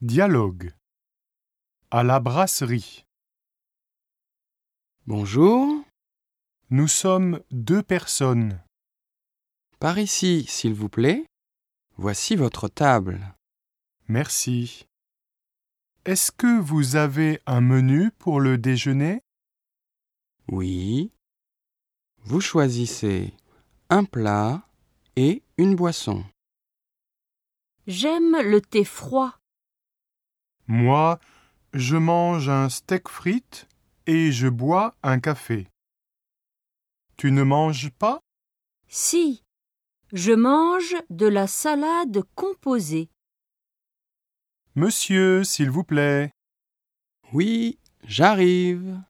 Dialogue. À la brasserie. Bonjour, Nous sommes deux personnes. par ici, s'il vous plaît. Voici votre table. Merci. Est-ce que vous avez un menu pour le déjeuner Oui. Vous choisissez un plat et une boisson. J'aime le thé froid. Moi, je mange un steak frites et je bois un café. Tu ne manges pas Si, je mange de la salade composée. Monsieur, s'il vous plaît. Oui, j'arrive.